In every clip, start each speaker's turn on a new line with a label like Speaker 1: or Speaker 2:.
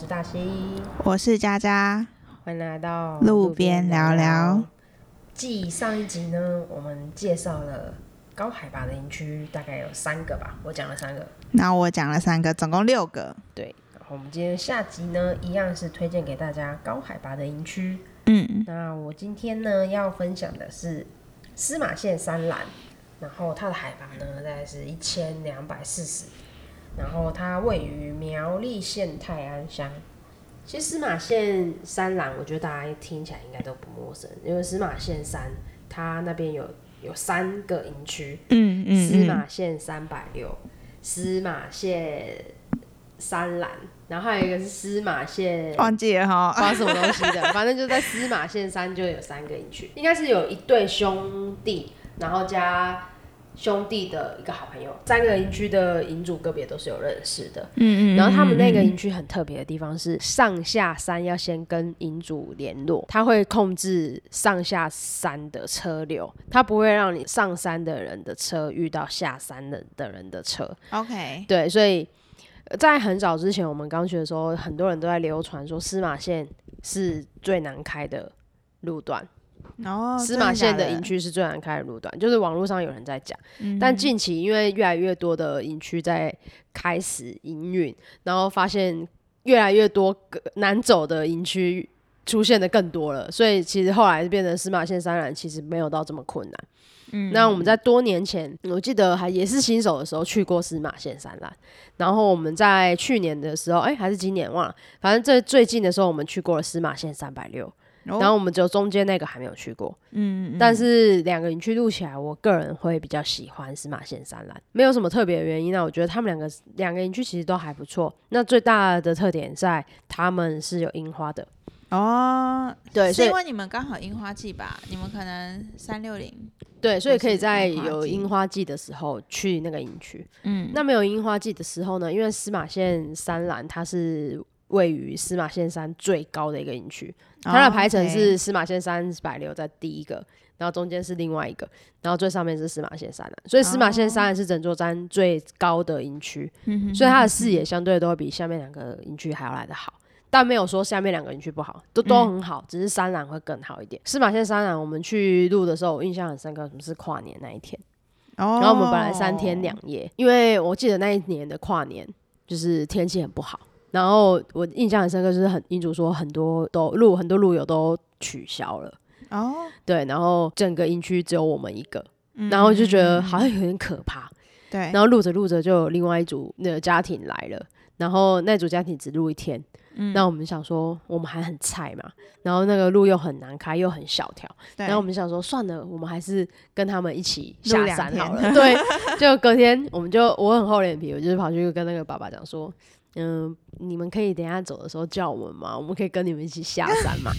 Speaker 1: 是大西，
Speaker 2: 我是佳佳，
Speaker 1: 欢迎来到
Speaker 2: 路边聊聊。
Speaker 1: 继上一集呢，我们介绍了高海拔的营区，大概有三个吧，我讲了三个。
Speaker 2: 那我讲了三个，总共六个。
Speaker 1: 对，然后我们今天下集呢，一样是推荐给大家高海拔的营区。
Speaker 2: 嗯，
Speaker 1: 那我今天呢要分享的是司马县三蓝，然后它的海拔呢大概是一千两百四十，然后它位于苗栗县泰安乡。其实司马县三蓝，我觉得大家听起来应该都不陌生，因为司马县三它那边有有三个营区，
Speaker 2: 嗯嗯，
Speaker 1: 司马县三百六，司马县三蓝，然后还有一个是司马县
Speaker 2: 忘记了
Speaker 1: 不
Speaker 2: 哈。
Speaker 1: 知道什么东西的， 反正就在司马县山就有三个营区，应该是有一对兄弟，然后加兄弟的一个好朋友，三个营区的营主个别都是有认识的。
Speaker 2: 嗯
Speaker 1: 然后他们那个营区很特别的地方是，上下山要先跟营主联络，他会控制上下山的车流，他不会让你上山的人的车遇到下山的的人的车。
Speaker 2: OK，
Speaker 1: 对，所以呃在很早之前，我们刚学的时候，很多人都在流传说司马县是最难开的路段，
Speaker 2: 然后
Speaker 1: 司马县的营
Speaker 2: 区，
Speaker 1: 区是最难开的路段，就是网络上有人在讲。
Speaker 2: 嗯
Speaker 1: 但近期因为越来越多的营区在开始营运，然后发现越来越多个难走的营区。出现的更多了，所以其实后来变成司马县三览，其实没有到这么困难。
Speaker 2: 嗯
Speaker 1: 那我们在多年前，我记得还也是新手的时候去过司马县三览，然后我们在去年的时候，哎、还是今年忘了，反正这最近的时候我们去过了司马县三百六，
Speaker 2: 然
Speaker 1: 然后我们只有中间那个还没有去过，
Speaker 2: 哦嗯，
Speaker 1: 但
Speaker 2: 是
Speaker 1: 是两个营区录起来，我个人会比较喜欢司马县三蓝，没有什么特别的原因啊。我觉得他们两个两个营区其实都还不错，那最大的特点在他们是有樱花的，
Speaker 2: 哦，
Speaker 1: 对，所
Speaker 2: 是
Speaker 1: 以
Speaker 2: 因为你们刚好樱花季吧？你们可能三六零，
Speaker 1: 对，所以可以
Speaker 2: 就是
Speaker 1: 在
Speaker 2: 樱花
Speaker 1: 有
Speaker 2: 季
Speaker 1: 樱花季的时候去那个营区。
Speaker 2: 嗯
Speaker 1: 那没有樱花季的时候呢，因为司马县三兰它是位于司马县山最高的一个营区，
Speaker 2: 哦
Speaker 1: 它的排程是司马县三百六在第一个，然后中间是另外一个，然后最上面是司马县山兰，所以司马县山兰是整座山最高的营区，
Speaker 2: 嗯
Speaker 1: 所以它的视野相对都会比下面两个营区还要来得好。但没有说下面两个营区不好，都都很好，只是山兰会更好一点。司马县山兰，我们去录的时候，我印象很深刻，我们是跨年那一天。
Speaker 2: 哦，
Speaker 1: 然后我们本来三天两夜，哦因为我记得那一年的跨年就是天气很不好，然后我印象很深刻，就是很英主说很多都路很多路友都取消了，
Speaker 2: 哦，
Speaker 1: 对，然后整个营区只有我们一个，
Speaker 2: 嗯
Speaker 1: 然后就觉得好像有点可怕，
Speaker 2: 对，
Speaker 1: 然后录着录着就有另外一组那个家庭来了。然后那组家庭只录一天，
Speaker 2: 嗯
Speaker 1: 那我们想说我们还很菜嘛，然后那个路又很难开，又很小条，
Speaker 2: 对
Speaker 1: 然后我们想说，算了，我们还是跟他们一起下山好
Speaker 2: 录
Speaker 1: 了。对，就隔天我们就我很厚脸皮，我就是跑去跟那个爸爸讲说，嗯，你们可以等一下走的时候叫我们嘛，我们可以跟你们一起下山 嘛。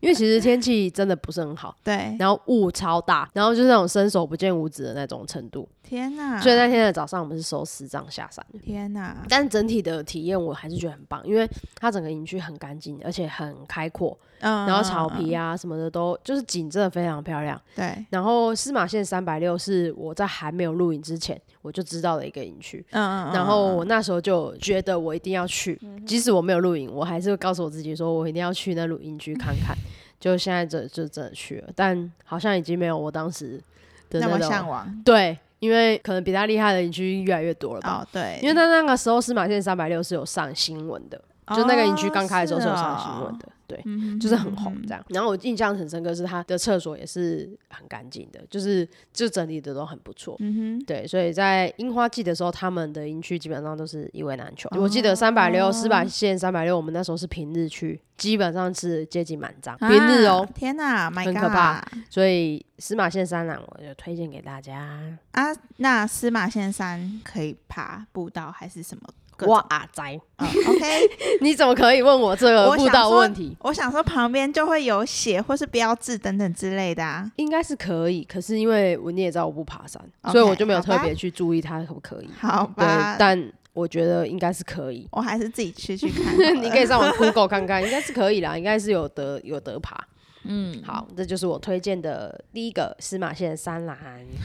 Speaker 1: 因为其实天气真的不是很好，
Speaker 2: 对，
Speaker 1: 然后雾超大，然后就是那种伸手不见五指的那种程度。
Speaker 2: 天哪，
Speaker 1: 所以那天的早上我们是收十丈下山的，
Speaker 2: 天哪，
Speaker 1: 但整体的体验我还是觉得很棒，因为它整个营区很干净，而且很开阔，
Speaker 2: 嗯，
Speaker 1: 然后草皮
Speaker 2: 啊，
Speaker 1: 啊什么的都就是景真的非常漂亮。
Speaker 2: 对，
Speaker 1: 然后司马县三百六是我在还没有录影之前我就知道的一个营区，
Speaker 2: 嗯嗯，
Speaker 1: 然后我那时候就觉得我一定要去，即使我没有录影，我还是会告诉我自己说我一定要去那录营区看 看。就现在这就真的去了，但好像已经没有我当时的
Speaker 2: 那么
Speaker 1: 种
Speaker 2: 向往
Speaker 1: 对，因为可能比他厉害的营区越来越多了吧。
Speaker 2: 哦，对，
Speaker 1: 因为他那个时候司马县三百六是有上新闻的，就那个营区刚开的时候是有上新闻
Speaker 2: 哦
Speaker 1: 的，对。
Speaker 2: 嗯
Speaker 1: 就是很红这样。然后我印象很深刻是他的厕所也是很干净的，就是就整理的都很不错。
Speaker 2: 嗯哼，
Speaker 1: 对，所以在樱花季的时候，他们的营区基本上都是一位难求。我记得三百六、四
Speaker 2: 哦
Speaker 1: 百线、三百六，我们那时候是平日去，基本上是接近满张，平日哦
Speaker 2: 啊。天哪，My
Speaker 1: 很
Speaker 2: God，
Speaker 1: 可怕所以司马县三览，我就推荐给大家。
Speaker 2: 啊！那司马县山可以爬步道还是什么各种？
Speaker 1: 哇啊哉，
Speaker 2: 嗯，OK，
Speaker 1: 你怎么可以问我这个
Speaker 2: 我想
Speaker 1: 步道
Speaker 2: 说
Speaker 1: 问题？
Speaker 2: 我想说旁边就会有写或是标志等等之类的啊。
Speaker 1: 应该是可以，可是因为我你也知道我不爬山
Speaker 2: OK，
Speaker 1: 所以我就没有
Speaker 2: 好吧
Speaker 1: 特别去注意它可不可以。
Speaker 2: 好
Speaker 1: 对
Speaker 2: 吧，，
Speaker 1: 但我觉得应该是可以
Speaker 2: 。我还是自己去去 看
Speaker 1: 你
Speaker 2: 好了。
Speaker 1: 可以上网 Google 看看，应该是可以啦，应该是有得有得爬。
Speaker 2: 嗯，
Speaker 1: 好，这就是我推荐的第一个司马县三兰。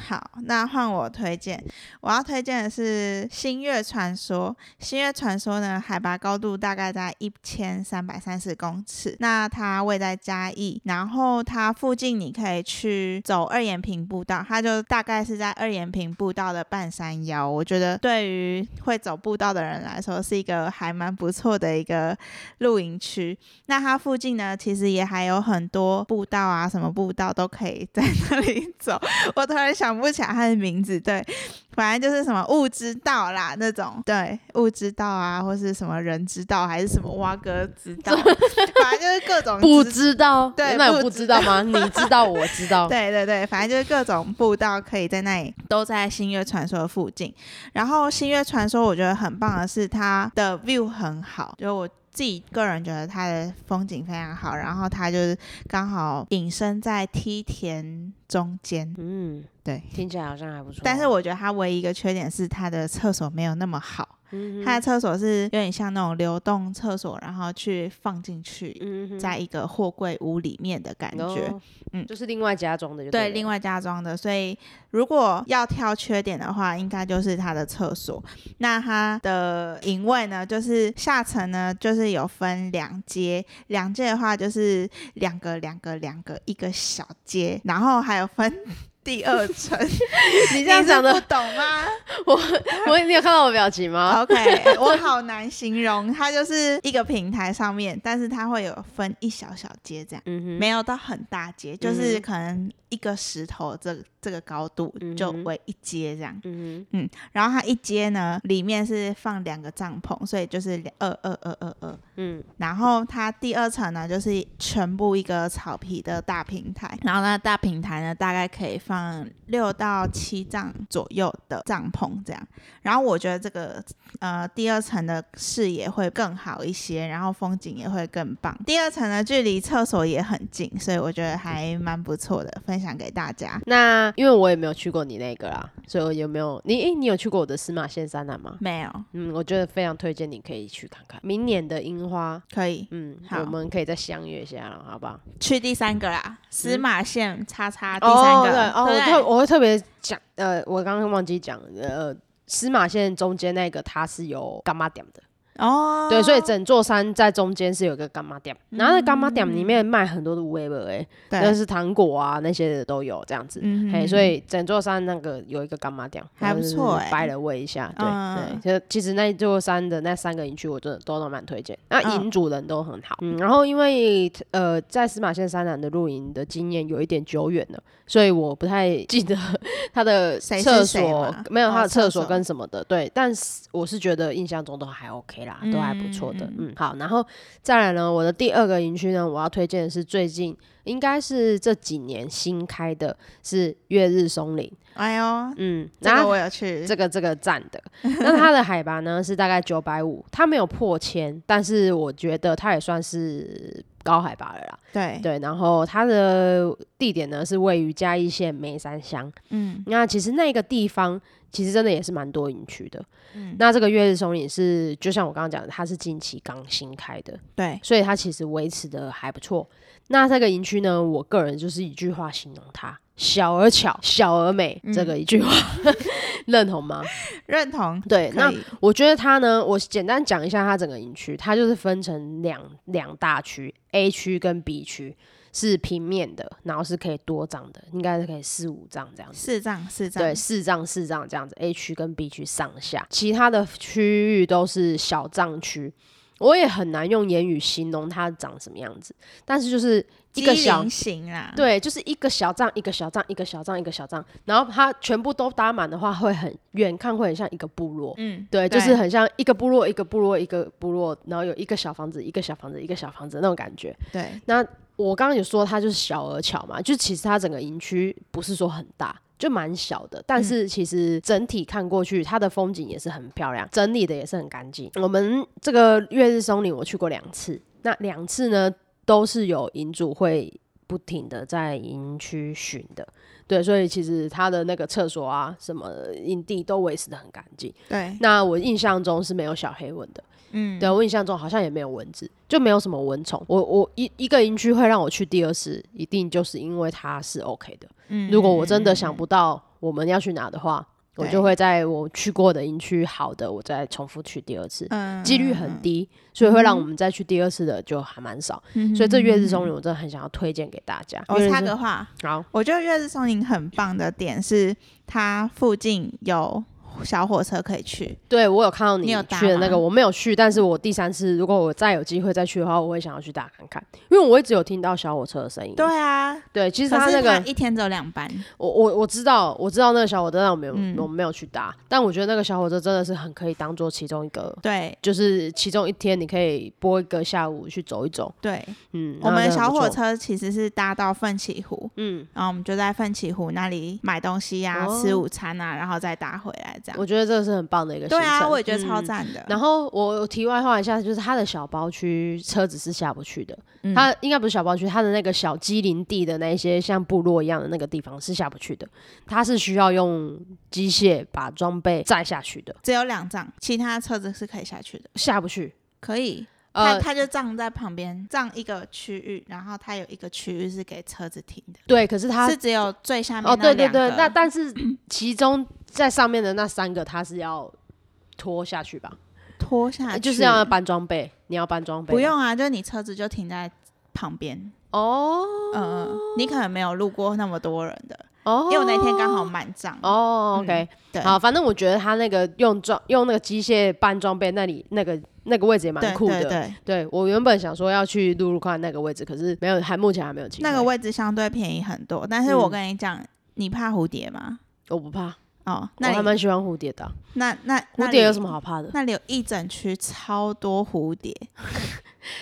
Speaker 2: 好，那换我推荐，我要推荐的是《星月传说》。《星月传说》呢，海拔高度大概在一千三百三十公尺，那它位在嘉义，然后它附近你可以去走二延平步道，它就大概是在二延平步道的半山腰。我觉得对于会走步道的人来说，是一个还蛮不错的一个露营区。那它附近呢，其实也还有很多步道啊，什么步道都可以在那里走。 我突然想不起来它的名字，对，反正就是什么物之道啦那种，对，物之道啊，或是什么人之道，还是什么蛙哥之道，反正就是各种
Speaker 1: 不
Speaker 2: 之
Speaker 1: 知道，
Speaker 2: 对
Speaker 1: 那有
Speaker 2: 不
Speaker 1: 不
Speaker 2: 知
Speaker 1: 知道吗？你知道，我知道。
Speaker 2: 对对对，反正就是各种步道可以在那里，都在星月传说附近。然后星月传说我觉得很棒的是它的 view 很好，就我。自己个人觉得它的风景非常好，然后它就是刚好隐身在梯田中间，
Speaker 1: 嗯，
Speaker 2: 对，
Speaker 1: 听起来好像还不错。
Speaker 2: 但是我觉得它唯一一个缺点是它的厕所没有那么好，
Speaker 1: 嗯
Speaker 2: 它
Speaker 1: 哼，
Speaker 2: 的厕所是有点像那种流动厕所，然后去放进去，
Speaker 1: 嗯哼
Speaker 2: 在一个货柜屋里面的感觉。
Speaker 1: 哦
Speaker 2: 嗯
Speaker 1: 就是另外加装的就了
Speaker 2: 对，另外加装的，所以如果要挑缺点的话，应该就是它的厕所。那它的营位呢，就是下层呢，就是有分两阶，两阶的话就是两个、两个、两个，一个小阶，然后还有 分第二 层。
Speaker 1: 你
Speaker 2: 你
Speaker 1: 这样
Speaker 2: 是
Speaker 1: 讲
Speaker 2: 不
Speaker 1: 的，
Speaker 2: 懂 吗？
Speaker 1: 我 你有看到我表情吗？
Speaker 2: OK，我好难形容，它就是一个平台上面，但是它会有分一小小阶这样，
Speaker 1: 嗯哼，
Speaker 2: 没有到很大阶，就
Speaker 1: 嗯
Speaker 2: 是
Speaker 1: 哼
Speaker 2: 可能一个石头这这个高度
Speaker 1: 嗯哼
Speaker 2: 就为一阶这样。
Speaker 1: 嗯
Speaker 2: 然后它一阶呢，里面是放两个帐篷，所以就是两二二二二二。
Speaker 1: 哼，嗯
Speaker 2: 然后它第二层呢，就是全部一个草皮的大平台，然后那大平台呢，大概可以放六到七帐左右的帐篷这样。然后我觉得这个呃第二层的视野会更好一些，然后风景也会更棒。第二层呢，距离厕所也很近，所以我觉得还蛮不错的，分享给大家。
Speaker 1: 那因为我也没有去过你那个啦，所以我有没有你？诶，你有去过我的司马县三南吗？
Speaker 2: 没有，
Speaker 1: 嗯，我觉得非常推荐，你可以去看看明年的樱花。
Speaker 2: 可以
Speaker 1: 嗯，
Speaker 2: 好
Speaker 1: 我们可以再相约一下了，好不好？
Speaker 2: 去第三个啦，司马县叉啊叉第三个，
Speaker 1: 嗯哦，对哦，我
Speaker 2: 对不对
Speaker 1: 特我会特别讲，呃，我刚刚忘记讲，呃，司马县中间那个它是有干妈点的，
Speaker 2: 哦，
Speaker 1: 对，所以整座山在中间是有一个干妈店，然后那干妈店里面卖很多的 w e b 哎，就
Speaker 2: 对，
Speaker 1: 是糖果啊那些的都有这样子，
Speaker 2: 嗯
Speaker 1: 嘿，所以整座山那个有一个干妈店，
Speaker 2: 还不错
Speaker 1: 哎
Speaker 2: 欸，
Speaker 1: 掰了喂一下，对、
Speaker 2: 嗯
Speaker 1: 对，就其实那座山的那三个营区我真的都都蛮推荐，那
Speaker 2: 嗯
Speaker 1: 营主人都很好，嗯，然后因为呃在司马县山南的露营的经验有一点久远了，所以我不太记得他的
Speaker 2: 谁是
Speaker 1: 厕
Speaker 2: 谁
Speaker 1: 所
Speaker 2: 嘛
Speaker 1: 没有他
Speaker 2: 哦
Speaker 1: 的厕
Speaker 2: 厕
Speaker 1: 所
Speaker 2: 所
Speaker 1: 跟什么的，对，但是我是觉得印象中都还 OK 啦，都还不错的，嗯，好，然后再来呢，我的第二个营区呢，我要推荐的是最近应该是这几年新开的，是月日松林。
Speaker 2: 哎呦，
Speaker 1: 嗯，
Speaker 2: 这
Speaker 1: 然
Speaker 2: 个
Speaker 1: 后
Speaker 2: 我有去，
Speaker 1: 这个这个站的， 那它的海拔呢是大概九百五，它没有破千，但是我觉得它也算是高海拔了啦。
Speaker 2: 对，
Speaker 1: 对，然后它的地点呢是位于嘉义县梅山乡。
Speaker 2: 嗯
Speaker 1: 那其实那个地方其实真的也是蛮多营区的。
Speaker 2: 嗯，
Speaker 1: 那这个月日松林是，就像我刚刚讲的，它是近期刚新开的，
Speaker 2: 对，
Speaker 1: 所以它其实维持的还不错。那这个营区呢，我个人就是一句话形容它：小而巧，小而美。
Speaker 2: 嗯
Speaker 1: 这个一句话， 认同吗？
Speaker 2: 认同，
Speaker 1: 对，那
Speaker 2: 可以
Speaker 1: 我觉得它呢，我简单讲一下它整个营区，它就是分成两两大区，A 区跟 B 区是平面的，然后是可以多张的，应该是可以四五张这样子。
Speaker 2: 四丈四丈，
Speaker 1: 对，四张四张这样子，A 区跟 B 区上下，其他的区域都是小帐区。我也很难用言语形容它长什么样子，但是就是一个
Speaker 2: 机
Speaker 1: 小
Speaker 2: 灵型啦，，
Speaker 1: 对，就是一个小帐，一个小帐，一个小帐，一个小帐，然后它全部都搭满的话，会很远看会很像一个部落。
Speaker 2: 嗯，
Speaker 1: 对，就是很像一个部落一个部落一个部落，然后有一个小房子一个小房子一个小房子那种感觉。
Speaker 2: 对，
Speaker 1: 那我刚刚有说它就是小而巧嘛，就其实它整个营区不是说很大，就蛮小的，但是其实整体看过去，它的风景也是很漂亮，整理的也是很干净。我们这个月日松林我去过两次，那两次呢都是有营主会不停的在营区巡的。对，所以其实它的那个厕所啊，什么营地都维持的很干净。
Speaker 2: 对，
Speaker 1: 那我印象中是没有小黑蚊的，
Speaker 2: 嗯，
Speaker 1: 对我印象中好像也没有蚊子，就没有什么蚊虫。我我一一个营区会让我去第二次，一定就是因为它是 OK 的。
Speaker 2: 嗯，
Speaker 1: 如果我真的
Speaker 2: 嗯
Speaker 1: 想，不到我们要去哪的话，我
Speaker 2: 对
Speaker 1: 就会在我去过的营区好的，我再重复去第二次，
Speaker 2: 嗯
Speaker 1: 几率很，低，所以会让我们再去第二次的就还蛮少。
Speaker 2: 嗯
Speaker 1: 所以这月日松
Speaker 2: 嗯哦
Speaker 1: 林我真的很想要推荐给大家。
Speaker 2: 我
Speaker 1: 月日
Speaker 2: 插
Speaker 1: 松
Speaker 2: 个话，
Speaker 1: 好，
Speaker 2: 我觉得月日松林很棒的点是，它附近有小火车可以去。
Speaker 1: 对我有看到你
Speaker 2: 你有搭
Speaker 1: 去的那个，
Speaker 2: 吗
Speaker 1: 我没有去，但是我第三次如果我再有机会再去的话，我会想要去打看看，因为我一直有听到小火车的声音。
Speaker 2: 对啊，
Speaker 1: 对，其实
Speaker 2: 可
Speaker 1: 它那
Speaker 2: 是
Speaker 1: 个
Speaker 2: 它一天只有两班，
Speaker 1: 我我我知道，我知道那个小火车，但我没有、
Speaker 2: 嗯
Speaker 1: 我没有去搭，但我觉得那个小火车真的是很可以当做其中一个
Speaker 2: 对
Speaker 1: 就是其中一天你可以拨一个下午去走一走，
Speaker 2: 对。
Speaker 1: 嗯，
Speaker 2: 我
Speaker 1: 然后
Speaker 2: 们
Speaker 1: 真的
Speaker 2: 小
Speaker 1: 很不
Speaker 2: 火
Speaker 1: 错，
Speaker 2: 车其实是搭到奋起湖，
Speaker 1: 嗯，
Speaker 2: 然后我们就在奋起湖那里买东西呀、
Speaker 1: 哦
Speaker 2: 吃午餐啊，然后再搭回来这样。
Speaker 1: 我觉得这是很棒的一个行
Speaker 2: 对
Speaker 1: 程，
Speaker 2: 啊，我也觉得
Speaker 1: 嗯
Speaker 2: 超。赞的。
Speaker 1: 然
Speaker 2: 后
Speaker 1: 后我我题外话一下，就是它的小包区车子是下不去的，
Speaker 2: 嗯
Speaker 1: 它应该不是小包区，它的那个小机林地的那一些像部落一样的那个地方是下不去的，它是需要用机械把装备载下去的，
Speaker 2: 只有两站，其他车子是可以下去的，
Speaker 1: 下不去。
Speaker 2: 可以。它
Speaker 1: 呃，
Speaker 2: 它就站在旁边，站一个区域，然后它有一个区域是给车子停的，
Speaker 1: 对，可是它
Speaker 2: 是只有最下面
Speaker 1: 哦，
Speaker 2: 那
Speaker 1: 对对
Speaker 2: 两
Speaker 1: 对，
Speaker 2: 个
Speaker 1: 那但是 其中在上面的那三个，它是要拖下去吧？
Speaker 2: 拖下去
Speaker 1: 呃就是要搬装备，你要搬装备，
Speaker 2: 不用啊，就是你车子就停在旁边。
Speaker 1: 哦
Speaker 2: 嗯、嗯，你可能没有路过那么多人的，
Speaker 1: 哦，
Speaker 2: 因为我那天刚好满账。
Speaker 1: 哦
Speaker 2: 嗯
Speaker 1: ，OK，、
Speaker 2: 对，
Speaker 1: 好，反正我觉得他那个用装用那个机械搬装备那里那个那个位置也蛮
Speaker 2: 对
Speaker 1: 酷的。
Speaker 2: 对对，
Speaker 1: 对我原本想说要去露露看那个位置，可是没有，还目前还没有机会。
Speaker 2: 那个位置相对便宜很多，但是
Speaker 1: 嗯
Speaker 2: 我跟你讲，你怕蝴蝶吗？
Speaker 1: 我不怕，
Speaker 2: 哦，
Speaker 1: 我
Speaker 2: 那
Speaker 1: 还
Speaker 2: 里
Speaker 1: 蛮喜欢蝴蝶的啊、
Speaker 2: 那那
Speaker 1: 蝴蝶有什
Speaker 2: 么？
Speaker 1: 么好怕的？
Speaker 2: 那里有一整区超多蝴蝶，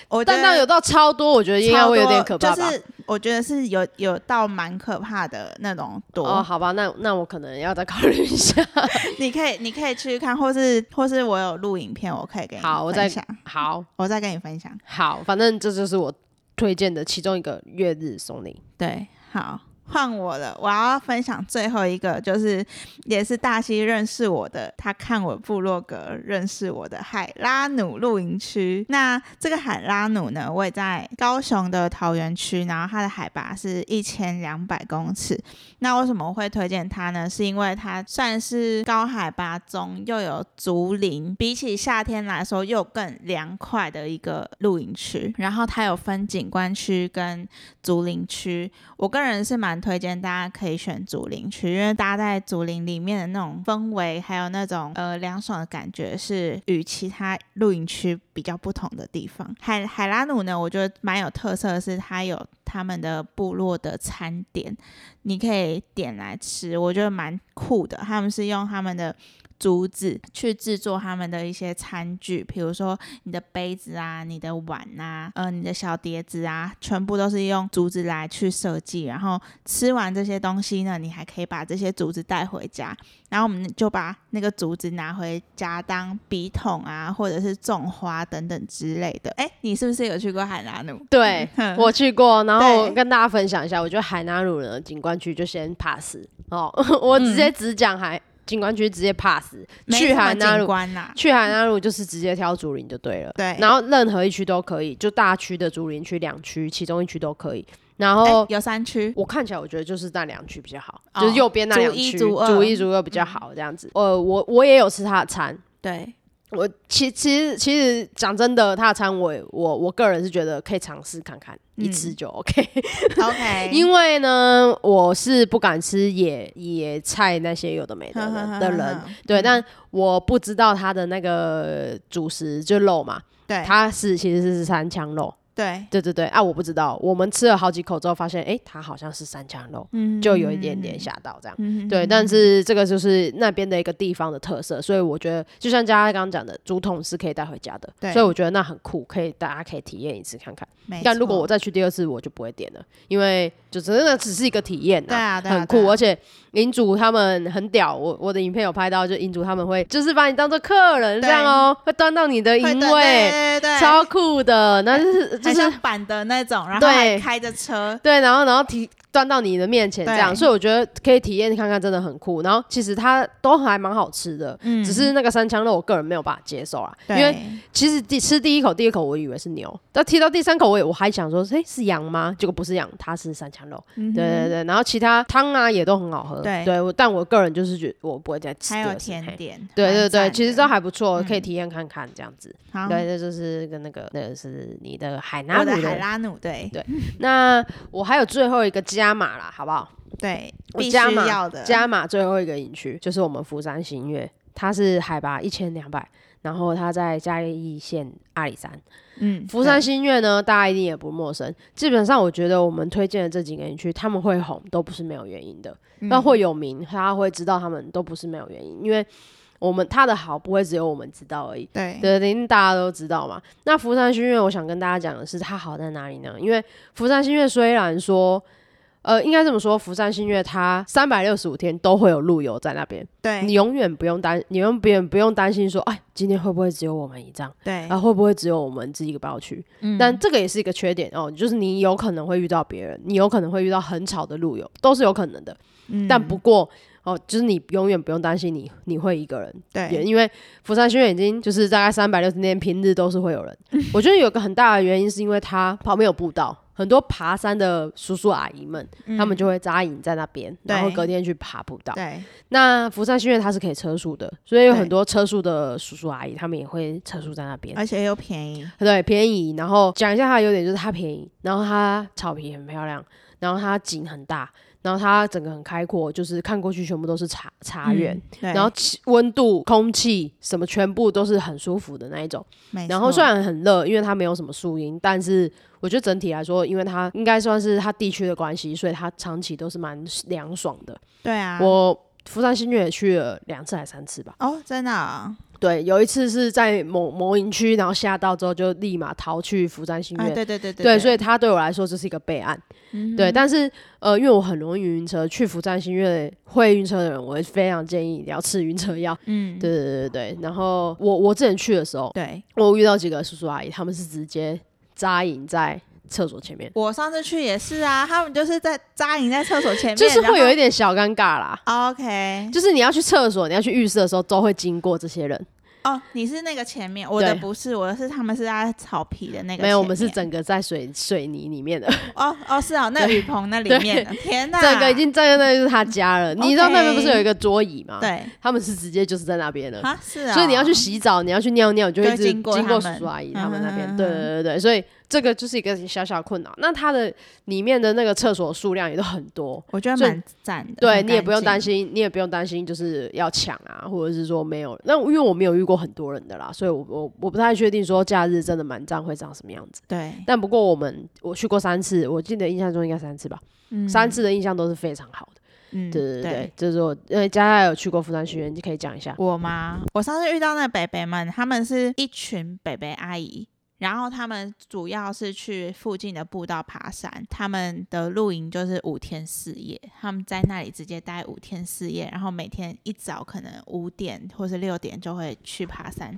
Speaker 2: 我觉
Speaker 1: 但到
Speaker 2: 得
Speaker 1: 有到超多，我觉得应该
Speaker 2: 超
Speaker 1: 会有点
Speaker 2: 多
Speaker 1: 可怕吧。
Speaker 2: 就是我觉得是有有到蛮可怕的那种多，
Speaker 1: 哦，好吧，那那我可能要再考虑一下。
Speaker 2: 你可以你可以去看，或是或是我有录影片，我可以给你
Speaker 1: 好我再
Speaker 2: 分享，
Speaker 1: 好
Speaker 2: 我再跟你分享。
Speaker 1: 好，反正这就是我推荐的其中一个月日松林。
Speaker 2: 对，好，换我了。我要分享最后一个，就是也是大西认识我的，他看我部落格认识我的海拉努露营区。那这个海拉努呢，位在高雄的桃园区，然后它的海拔是一千两百公尺。那为什么我会推荐它呢？是因为它算是高海拔中又有竹林，比起夏天来说又更凉快的一个露营区。然后它有分景观区跟竹林区，我个人是蛮推荐大家可以选竹林区，因为大家在竹林里面的那种氛围，还有那种呃凉爽的感觉，是与其他露营区比较不同的地方。海海拉努呢，我觉得蛮有特色的是它有他们的部落的餐点，你可以点来吃，我觉得蛮酷的。他们是用他们的。竹子去制作他们的一些餐具，比如说你的杯子啊、你的碗啊、呃、你的小碟子啊，全部都是用竹子来去设计。然后吃完这些东西呢，你还可以把这些竹子带回家，然后我们就把那个竹子拿回家当笔筒啊，或者是种花等等之类的。哎，你是不是有去过海拉努？
Speaker 1: 对我去过，然后
Speaker 2: 嗯对
Speaker 1: 跟大家分享一下，我觉得海南鲁呢景观区就先 pass 哦，我直接只讲海、景观区直接 pass，
Speaker 2: 嗯没
Speaker 1: 去
Speaker 2: 什么
Speaker 1: 海南
Speaker 2: 景
Speaker 1: 鲁。
Speaker 2: 观呐、
Speaker 1: 去海南路就是直接挑竹林就对了，
Speaker 2: 对
Speaker 1: 然后任何一区都可以，就大区的竹林区、两区，其中一区都可以。然后
Speaker 2: 哎有山区，
Speaker 1: 我看起来我觉得就是那两区比较好，
Speaker 2: 哦
Speaker 1: 就是右边那两
Speaker 2: 竹一
Speaker 1: 区，
Speaker 2: 竹二嗯
Speaker 1: 竹一竹二比较好这样子。呃，我我也有吃他的餐，
Speaker 2: 对
Speaker 1: 我其其实其实讲真的，他的餐我我我个人是觉得可以尝试看看，
Speaker 2: 嗯
Speaker 1: 一吃就 OK。
Speaker 2: ，OK，
Speaker 1: 因为呢，我是不敢吃野野菜那些有的没的
Speaker 2: 呵呵呵
Speaker 1: 的
Speaker 2: 呵
Speaker 1: 的人，
Speaker 2: 嗯
Speaker 1: 对，但我不知道他的那个主食就肉嘛，
Speaker 2: 对
Speaker 1: 他是其实是三枪肉，
Speaker 2: 对，
Speaker 1: 对对对啊，我不知道，我们吃了好几口之后发现，诶，它好像是三枪肉，
Speaker 2: 嗯
Speaker 1: 就有一点点，吓到这样。
Speaker 2: 嗯
Speaker 1: 对，但是这个就是那边的一个地方的特色，所以我觉得就像佳佳刚刚讲的，竹筒是可以带回家的
Speaker 2: 对，
Speaker 1: 所以我觉得那很酷，可以大家可以体验一次看看。
Speaker 2: 没
Speaker 1: 但如果
Speaker 2: 错
Speaker 1: 我再去第二次，我就不会点了，因为就真的只是一个体验
Speaker 2: 对啊，对啊
Speaker 1: 很
Speaker 2: 对
Speaker 1: 酷，
Speaker 2: 啊
Speaker 1: 而且银主他们很屌，我我的影片有拍到，就银主他们会就是把你当做客人这样哦，会端到你的
Speaker 2: 会
Speaker 1: 营
Speaker 2: 的
Speaker 1: 位，
Speaker 2: 对对对，
Speaker 1: 超酷的，那就是就是
Speaker 2: 很像板的那种，然后
Speaker 1: 对
Speaker 2: 还开着车，
Speaker 1: 对，然后然后提端到你的面前这样，
Speaker 2: 对
Speaker 1: 所以我觉得可以体验看看，真的很酷。然后其实它都还蛮好吃的，
Speaker 2: 嗯
Speaker 1: 只是那个三枪肉我个人没有办法接受啦，因
Speaker 2: 对嗯
Speaker 1: 为其实第吃第一口、第二口我以为是牛，但踢到第三口我也我还想说，诶，是羊吗？结果不是羊，它是三枪肉。
Speaker 2: 嗯
Speaker 1: 对对
Speaker 2: 哼
Speaker 1: 对，然后其他汤啊也都很好喝。
Speaker 2: 对
Speaker 1: 我但我个人就是觉得我不会再吃第
Speaker 2: 还
Speaker 1: 二次。
Speaker 2: 有甜
Speaker 1: 嘿
Speaker 2: 点，
Speaker 1: 对对
Speaker 2: 蛮
Speaker 1: 对，
Speaker 2: 赞
Speaker 1: 其实
Speaker 2: 的
Speaker 1: 都还不错，可以
Speaker 2: 嗯
Speaker 1: 体验看看这样子。
Speaker 2: 好
Speaker 1: 对，这就是跟那个那个是你的海南
Speaker 2: 我
Speaker 1: 乳
Speaker 2: 的
Speaker 1: 的
Speaker 2: 海拉努，对
Speaker 1: 对那我还有最后一个加码啦，好不好？
Speaker 2: 对，
Speaker 1: 我
Speaker 2: 必须
Speaker 1: 加码
Speaker 2: 要的，
Speaker 1: 加码最后一个营区就是我们福山新月，它是海拔一千两百，然后它在嘉义县阿里山。
Speaker 2: 嗯，
Speaker 1: 福山新月呢，大家一定也不陌生。基本上，我觉得我们推荐的这几个营区，他们会红都不是没有原因的。
Speaker 2: 嗯
Speaker 1: 那、会有名，大家会知道他们都不是没有原因，因为我们他的好不会只有我们知道而已。
Speaker 2: 对
Speaker 1: 对，因为大家都知道嘛。那福山新月，我想跟大家讲的是，它好在哪里呢？因为福山新月虽然说，呃，应该这么说，福山新月它三百六十五天都会有路由在那边，你
Speaker 2: 对
Speaker 1: 永远不用担，你永远不用担心说，哎，今天会不会只有我们一张？
Speaker 2: 对
Speaker 1: 啊，，会不会只有我们自己一个包区？
Speaker 2: 哎嗯
Speaker 1: 但这个也是一个缺点哦，就是你有可能会遇到别人，你有可能会遇到很吵的路友，都是有可能的。
Speaker 2: 嗯
Speaker 1: 但不过哦，就是你永远不用担心你你会一个人，也
Speaker 2: 对
Speaker 1: 因为釜山学院已经就是大概三百六十天平日都是会有人。
Speaker 2: 嗯
Speaker 1: 我觉得有个很大的原因是因为它旁边有步道，很多爬山的叔叔阿姨们，他们就会扎营在那边，然后
Speaker 2: 嗯对
Speaker 1: 隔天去爬步道。
Speaker 2: 对
Speaker 1: 那福山新月它是可以车速的，所以有
Speaker 2: 对
Speaker 1: 很多车速的叔叔阿姨他们也会车速在那边。
Speaker 2: 而且又便宜，
Speaker 1: 对，便宜。然后讲一下它的优点，就是它便宜，然后它草皮很漂亮，然后它景很大，然后它整个很开阔，就是看过去全部都是茶茶
Speaker 2: 嗯
Speaker 1: 园，
Speaker 2: 对，
Speaker 1: 然后气温度、空气什么全部都是很舒服的那一种。
Speaker 2: 没
Speaker 1: 然后
Speaker 2: 错
Speaker 1: 虽然很热，因为它没有什么树荫，但是我觉得整体来说，因为它应该算是它地区的关系，所以它长期都是蛮凉爽的。
Speaker 2: 对啊，
Speaker 1: 我福山新月也去了两次还是三次吧。
Speaker 2: 哦真的啊
Speaker 1: 对，有一次是在某某营区，然后下到之后就立马逃去福山新
Speaker 2: 啊
Speaker 1: 月。
Speaker 2: 对对对嗯
Speaker 1: 对，嗯
Speaker 2: 对，
Speaker 1: 所以它对我来说这是一个备案。对，但是呃，因为我很容易晕车，去福山新月会晕车的人，我会非常建议你要吃晕车药。
Speaker 2: 嗯
Speaker 1: 对对对对，然后我我之前去的时候，
Speaker 2: 对。
Speaker 1: 我遇到几个叔叔阿姨，他们是直接扎营在厕所前面，
Speaker 2: 我上次去也是啊，他们就是在扎营在厕所前面，
Speaker 1: 就是
Speaker 2: 然
Speaker 1: 会有
Speaker 2: 后
Speaker 1: 一点小尴尬啦。
Speaker 2: OK
Speaker 1: 就是你要去厕所，你要去浴室的时候，都会经过这些人。
Speaker 2: 哦，你是那个前面，我的
Speaker 1: 对
Speaker 2: 不是，我的是他们是在草皮的那个前面，
Speaker 1: 没有，我们是整个在水水泥里面的，
Speaker 2: 哦哦是哦，那雨棚那里
Speaker 1: 对
Speaker 2: 面的，天哪，
Speaker 1: 整个已经在那就是他家了。你知道那边不是有一个桌椅吗？，
Speaker 2: 对
Speaker 1: 他们是直接就是在那边了。
Speaker 2: 啊是啊，
Speaker 1: 呃所以你要去洗澡，你要去尿尿，你就会
Speaker 2: 就
Speaker 1: 一直
Speaker 2: 经过他
Speaker 1: 叔
Speaker 2: 们
Speaker 1: 叔阿姨他们
Speaker 2: 嗯
Speaker 1: 那边。
Speaker 2: 嗯嗯
Speaker 1: 对对对对，所以这个就是一个小小困扰。那它的里面的那个厕所数量也都很多，
Speaker 2: 我觉得
Speaker 1: 所以
Speaker 2: 蛮赞的，
Speaker 1: 对
Speaker 2: 很
Speaker 1: 你也
Speaker 2: 干
Speaker 1: 不用担
Speaker 2: 净。
Speaker 1: 心，你也不用担心就是要抢啊，或者是说没有。那因为我没有遇过很多人的啦，所以我我我不太确定说假日真的满站会长什么样子。
Speaker 2: 对，
Speaker 1: 但不过我们我去过三次，我记得印象中应该三次吧，
Speaker 2: 嗯
Speaker 1: 三，次的印象都是非常好的。
Speaker 2: 嗯，
Speaker 1: 对对对，对就是我呃，佳佳有去过釜山学院，你可以讲一下。
Speaker 2: 我吗？我上次遇到那北北们，他们是一群北北阿姨，然后他们主要是去附近的步道爬山，他们的露营就是五天四夜，他们在那里直接待五天四夜，然后每天一早可能五点或是六点就会去爬山，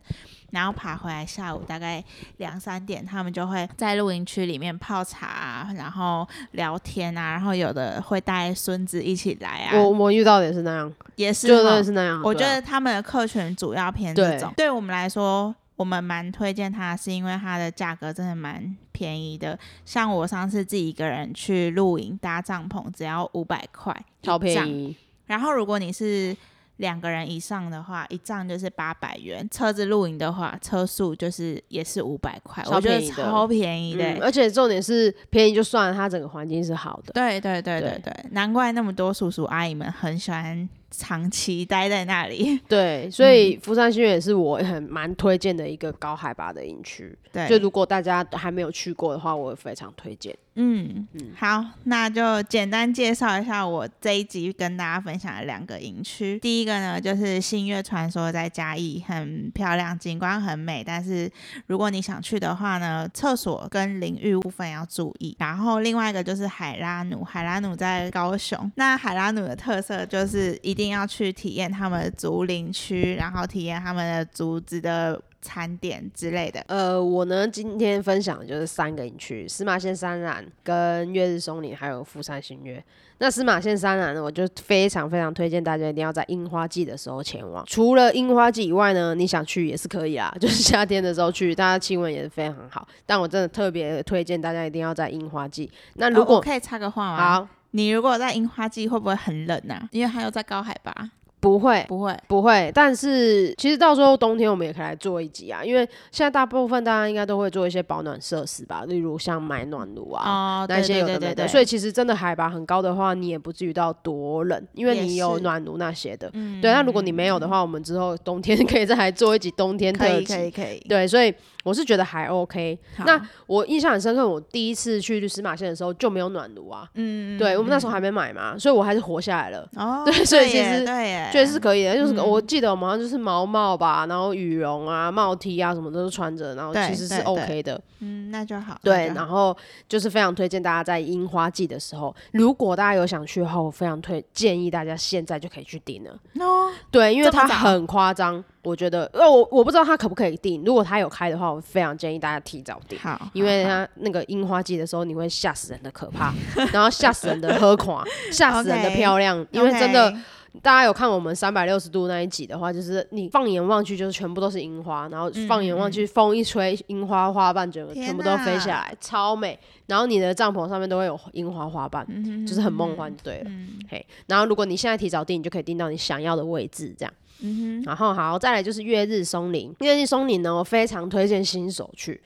Speaker 2: 然后爬回来下午大概两三点，他们就会在露营区里面泡茶、啊，然后聊天啊，然后有的会带孙子一起来啊，
Speaker 1: 我我遇到的也是那样，
Speaker 2: 也是
Speaker 1: 就真
Speaker 2: 哈
Speaker 1: 的是那样。
Speaker 2: 我
Speaker 1: 对
Speaker 2: 觉
Speaker 1: 啊
Speaker 2: 得他们的客群主要偏
Speaker 1: 对
Speaker 2: 这种，对我们来说，我们蛮推荐它，是因为它的价格真的蛮便宜的。像我上次自己一个人去露营搭帐篷，只要五百块，
Speaker 1: 啊超便
Speaker 2: 帐
Speaker 1: 宜，
Speaker 2: 然后如果你是两个人以上的话，一仗就是八百元；车子露营的话，车速就是也是五百块，
Speaker 1: 超
Speaker 2: 我觉
Speaker 1: 便
Speaker 2: 得
Speaker 1: 宜的
Speaker 2: 超便宜的欸、
Speaker 1: 嗯，而且重点是便宜就算了，它整个环境是好的。
Speaker 2: 对对对对对，难怪那么多叔叔阿姨们很喜欢长期待在那里。
Speaker 1: 对，所
Speaker 2: 嗯
Speaker 1: 以福山新园也是我很蛮推荐的一个高海拔的营区。
Speaker 2: 对，
Speaker 1: 就如果大家还没有去过的话，我也非常推荐。
Speaker 2: 嗯，好，那就简单介绍一下我这一集跟大家分享的两个营区。第一个呢，就是新月传说在嘉义，很漂亮，景观很美，但是如果你想去的话呢，厕所跟淋浴部分要注意。然后另外一个就是海拉努，海拉努在高雄。那海拉努的特色就是一定要去体验他们的竹林区，然后体验他们的竹子的。餐点之类的。
Speaker 1: 呃，我呢今天分享的就是三个营区：司马县三峦、跟月日松林，还有富山新月。那司马县三峦呢，我就非常非常推荐大家一定要在樱花季的时候前往。除了樱花季以外呢，你想去也是可以啊， 就是夏天的时候去，大家气温也是非常好。但我真的特别推荐大家一定要在樱花季。那如
Speaker 2: 哦
Speaker 1: 果、
Speaker 2: 我可以插个话吗？
Speaker 1: 好
Speaker 2: 你如果在樱花季会不会很冷啊？因为它又在高海拔，
Speaker 1: 不会，
Speaker 2: 不会。
Speaker 1: 不会，但是其实到时候冬天我们也可以来做一集啊，因为现在大部分大家应该都会做一些保暖设施吧，例如像买暖炉啊。
Speaker 2: 哦，
Speaker 1: 那
Speaker 2: 对
Speaker 1: 些
Speaker 2: 对
Speaker 1: 有的
Speaker 2: 对
Speaker 1: 没
Speaker 2: 对
Speaker 1: 的，
Speaker 2: 对，
Speaker 1: 所以其实真的海拔很高的话，你也不至于到多冷，因为
Speaker 2: 也
Speaker 1: 你有
Speaker 2: 是
Speaker 1: 暖炉那些的。
Speaker 2: 嗯
Speaker 1: 对，那如果你没有的话，我们之后冬天 可以再来做一集冬天
Speaker 2: 可
Speaker 1: 特
Speaker 2: 以可以
Speaker 1: 辑。
Speaker 2: 可以。
Speaker 1: 对，所以我是觉得还 OK。
Speaker 2: 好嗯
Speaker 1: 那我印象很深刻，我第一次去司马县的时候就没有暖炉啊，
Speaker 2: 嗯，
Speaker 1: 对我们那时候
Speaker 2: 候
Speaker 1: 还没买嘛，所以我还是活下来了。
Speaker 2: 哦，
Speaker 1: 对所以其
Speaker 2: 耶
Speaker 1: 实
Speaker 2: 对耶，
Speaker 1: 确实是可以的，就是、
Speaker 2: 嗯
Speaker 1: 我记得我们好像就是毛帽吧，然后羽绒啊、帽 T 啊什么都是穿着，然后
Speaker 2: 对
Speaker 1: 其实是
Speaker 2: 对
Speaker 1: OK 的。
Speaker 2: 嗯，那就好。
Speaker 1: 对，
Speaker 2: 那就好
Speaker 1: 然后就是非常推荐大家在樱花季的时候，如果大家有想去的话，我非常推建议大家现在就可以去订了。
Speaker 2: 哦，
Speaker 1: 对，因为
Speaker 2: 这么
Speaker 1: 它
Speaker 2: 早
Speaker 1: 很夸张，我觉得呃我我不知道它可不可以订，如果它有开的话，我非常建议大家提早订。
Speaker 2: 好，
Speaker 1: 因为
Speaker 2: 好好
Speaker 1: 它那个樱花季的时候，你会吓死人的可怕，然后吓死人的 喝垮，吓死人的
Speaker 2: OK，
Speaker 1: 漂亮，因为真的
Speaker 2: OK，
Speaker 1: 大家有看我们三百六十度那一集的话，就是你放眼望去就是全部都是樱花，然后放眼
Speaker 2: 嗯
Speaker 1: 望去风一吹，樱花花瓣整个
Speaker 2: 天
Speaker 1: 全部都
Speaker 2: 哪
Speaker 1: 飞下来，超美。然后你的帐篷上面都会有樱花花瓣，
Speaker 2: 嗯哼
Speaker 1: 就是很梦幻，就对了。
Speaker 2: 嗯
Speaker 1: 嘿，然后如果你现在提早订，你就可以订到你想要的位置，这样。
Speaker 2: 嗯哼，
Speaker 1: 然后好，再来就是月日松林。月日松林呢，我非常推荐新手去。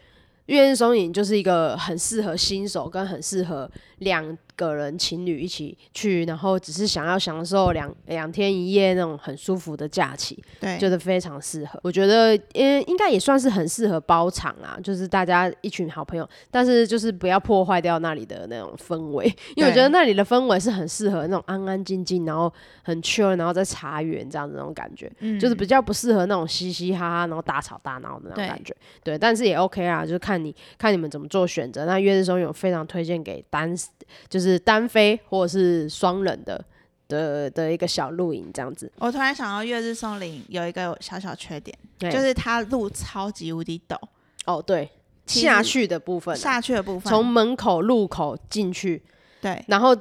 Speaker 1: 月日松林就是一个很适合新手，跟很适合两个人情侣一起去，然后只是想要享受两两天一夜那种很舒服的假期，
Speaker 2: 对，
Speaker 1: 觉得非常适合。我觉得，嗯，应该也算是很适合包场啊，就是大家一群好朋友，但是就是不要破坏掉那里的那种氛围， 因为我觉得那里的氛围是很适合那种安安静静，然后很 chill，然后在茶园这样子那种感觉。
Speaker 2: 嗯
Speaker 1: 就是比较不适合那种嘻嘻哈哈，然后大吵大闹的那种
Speaker 2: 对
Speaker 1: 感觉。对，但是也 OK 啊，就是看你看你们怎么做选择。那月日松有非常推荐给单，就是单飞或者是双人的的的一个小露营这样子。
Speaker 2: 我突然想到，月日松林有一个小小缺点，
Speaker 1: 就
Speaker 2: 就是它路超级无敌陡，
Speaker 1: 哦，对，
Speaker 2: 其实
Speaker 1: 下去的部分啊、
Speaker 2: 下去的部分
Speaker 1: 从门口入口进去，
Speaker 2: 对
Speaker 1: 然后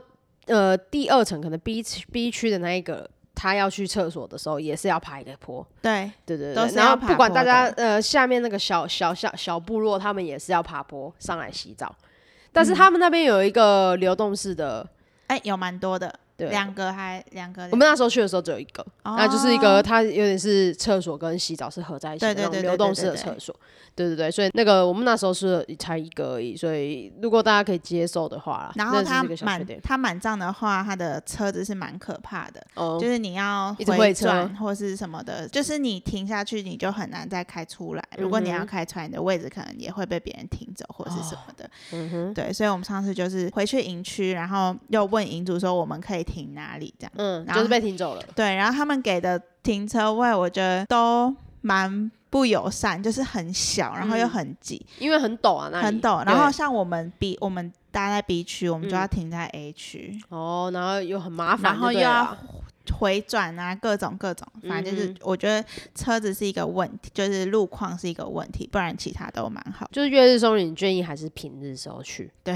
Speaker 1: 呃第二层可能 B 区 B 区的那一个，他要去厕所的时候也是要爬一个坡。
Speaker 2: 对
Speaker 1: 对对
Speaker 2: 都
Speaker 1: 对，
Speaker 2: 是
Speaker 1: 然
Speaker 2: 要
Speaker 1: 后
Speaker 2: 爬
Speaker 1: 不管
Speaker 2: 坡
Speaker 1: 大家
Speaker 2: 的
Speaker 1: 呃下面那个小小小小部落，他们也是要爬坡上来洗澡，但
Speaker 2: 嗯
Speaker 1: 是他们那边有一个流动式的，
Speaker 2: 哎、有蛮多的，
Speaker 1: 对，
Speaker 2: 两个还两个，
Speaker 1: 我们那时候去的时候只有一个，
Speaker 2: 哦
Speaker 1: 那就是一个它有点是厕所跟洗澡是合在一起的
Speaker 2: 对
Speaker 1: 那
Speaker 2: 对
Speaker 1: 种
Speaker 2: 对对
Speaker 1: 流动式的
Speaker 2: 对对对
Speaker 1: 厕所，对对对，所以那个我们那时候是才一个而已，所以如果大家可以接受的话啦，
Speaker 2: 然后
Speaker 1: 它
Speaker 2: 它
Speaker 1: 个小缺点
Speaker 2: 满，它满账的话，它的车子是蛮可怕的，
Speaker 1: 哦
Speaker 2: 就，是你要
Speaker 1: 一直会车
Speaker 2: 转或是什么的，就是你停下去你就很难再开出来。如果你
Speaker 1: 嗯
Speaker 2: 要
Speaker 1: 哼
Speaker 2: 开出来，你的位置可能也会被别人停走或是什么的。
Speaker 1: 嗯哼，
Speaker 2: 对，所以我们上次就是回去营区，然后又问营主说我们可以停哪里这样。
Speaker 1: 嗯，
Speaker 2: 然
Speaker 1: 就
Speaker 2: 后
Speaker 1: 是被停走了，
Speaker 2: 对，然后他们给的停车位我觉得都蛮不友善，就是很小，然后又
Speaker 1: 嗯
Speaker 2: 很挤，
Speaker 1: 因为很陡啊，那里
Speaker 2: 很陡。然后
Speaker 1: 对嗯
Speaker 2: 像我们 B，我们搭在 B 区，我们就要停在 A 区。
Speaker 1: 哦，然后又很麻烦，
Speaker 2: 然后
Speaker 1: 就
Speaker 2: 又
Speaker 1: 对了
Speaker 2: 要
Speaker 1: 啊
Speaker 2: 回转啊，各种各种，反正就是
Speaker 1: 嗯
Speaker 2: 我觉得车子是一个问题，就是路况是一个问题，不然其他都蛮好。
Speaker 1: 就是月日松林，建议还是平日时候去。
Speaker 2: 对，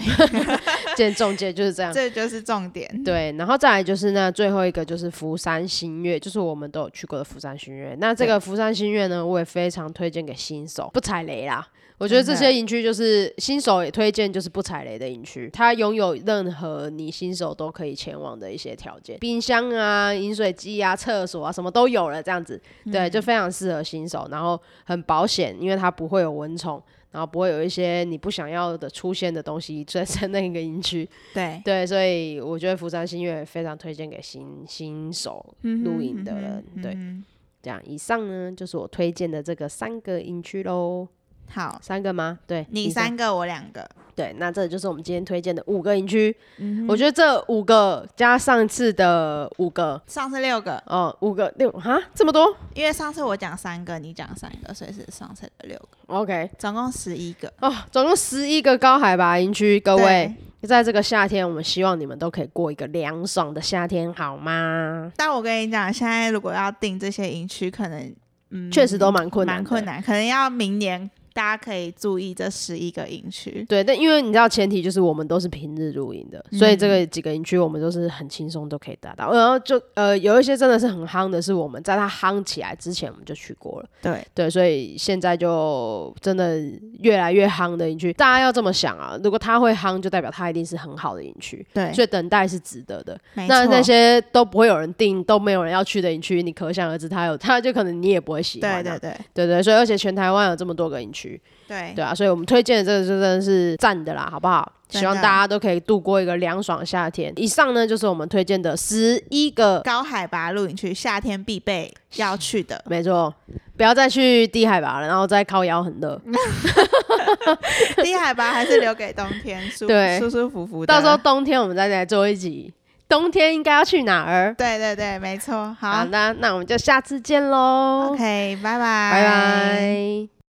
Speaker 1: 见中介就是这样。
Speaker 2: 这就是重点。
Speaker 1: 对，然后再来就是那最后一个就是福山新月，就是我们都有去过的福山新月。那这个福山新月呢，我也非常推荐给新手，不踩雷啦。我觉得这
Speaker 2: 真
Speaker 1: 些营区就是新手也推荐，就是不踩雷的营区，它拥有任何你新手都可以前往的一些条件，冰箱啊、饮水机啊、厕所啊，什么都有了，这样子，对，就非常适合新手，然后很保险，因为它不会有蚊虫，然后不会有一些你不想要的出现的东西 在在那个营区，
Speaker 2: 对，
Speaker 1: 对，所以我觉得福山新月非常推荐给新新手露营的人。对，
Speaker 2: 嗯
Speaker 1: 这样以上呢就是我推荐的这个三个营区喽，
Speaker 2: 哼，好，
Speaker 1: 三个吗？对，
Speaker 2: 你
Speaker 1: 以上
Speaker 2: 三个，我两个，
Speaker 1: 对，那这就是我们今天推荐的五个营区。
Speaker 2: 嗯
Speaker 1: 我觉得这五个加上次的五个，
Speaker 2: 上次六个，
Speaker 1: 哦，五个六哈这么多
Speaker 2: 因为上次我讲三个，你讲三个，所以是上次的六个，
Speaker 1: ，OK
Speaker 2: 总共十一个。
Speaker 1: 哦，总共十一个高海拔营区，各位
Speaker 2: 对，。
Speaker 1: 在这个夏天，我们希望你们都可以过一个凉爽的夏天，好吗？
Speaker 2: 但我跟你讲，现在如果要订这些营区，可能嗯，
Speaker 1: 确实都蛮困难，
Speaker 2: 蛮困。难，可能要明年大家可以注意这十一个营区。
Speaker 1: 对，但因为你知道，前提就是我们都是平日露营的，所以这
Speaker 2: 嗯
Speaker 1: 个几个营区我们都是很轻松都可以达到。然后就呃，有一些真的是很夯的，是我们在它夯起来之前我们就去过了。
Speaker 2: 对，
Speaker 1: 对，所以现在就真的越来越夯的营区，大家要这么想啊，如果它会夯，就代表它一定是很好的营区，
Speaker 2: 对，
Speaker 1: 所以等待是值得的。
Speaker 2: 没
Speaker 1: 那
Speaker 2: 错
Speaker 1: 那些都不会有人订，都没有人要去的营区，你可想而知，它有它就可能你也不会喜欢啊、
Speaker 2: 对对对
Speaker 1: 对对，所以而且全台湾有这么多个营区，
Speaker 2: 对
Speaker 1: 对啊，所以我们推荐的这个就真的是赞的啦，好不好？
Speaker 2: 真的
Speaker 1: 希望大家都可以度过一个凉爽夏天。以上呢就是我们推荐的十一个，
Speaker 2: 高海拔露营区夏天必备要去的。
Speaker 1: 没错，不要再去低海拔了，然后再靠腰很热，
Speaker 2: 嗯低海拔还是留给冬天，舒
Speaker 1: 对
Speaker 2: 舒舒服服的。
Speaker 1: 到时候冬天我们再来做一集，冬天应该要去哪儿？
Speaker 2: 对对对，没错。好
Speaker 1: 好，那那我们就下次见喽，
Speaker 2: ，OK，拜拜，
Speaker 1: 拜拜。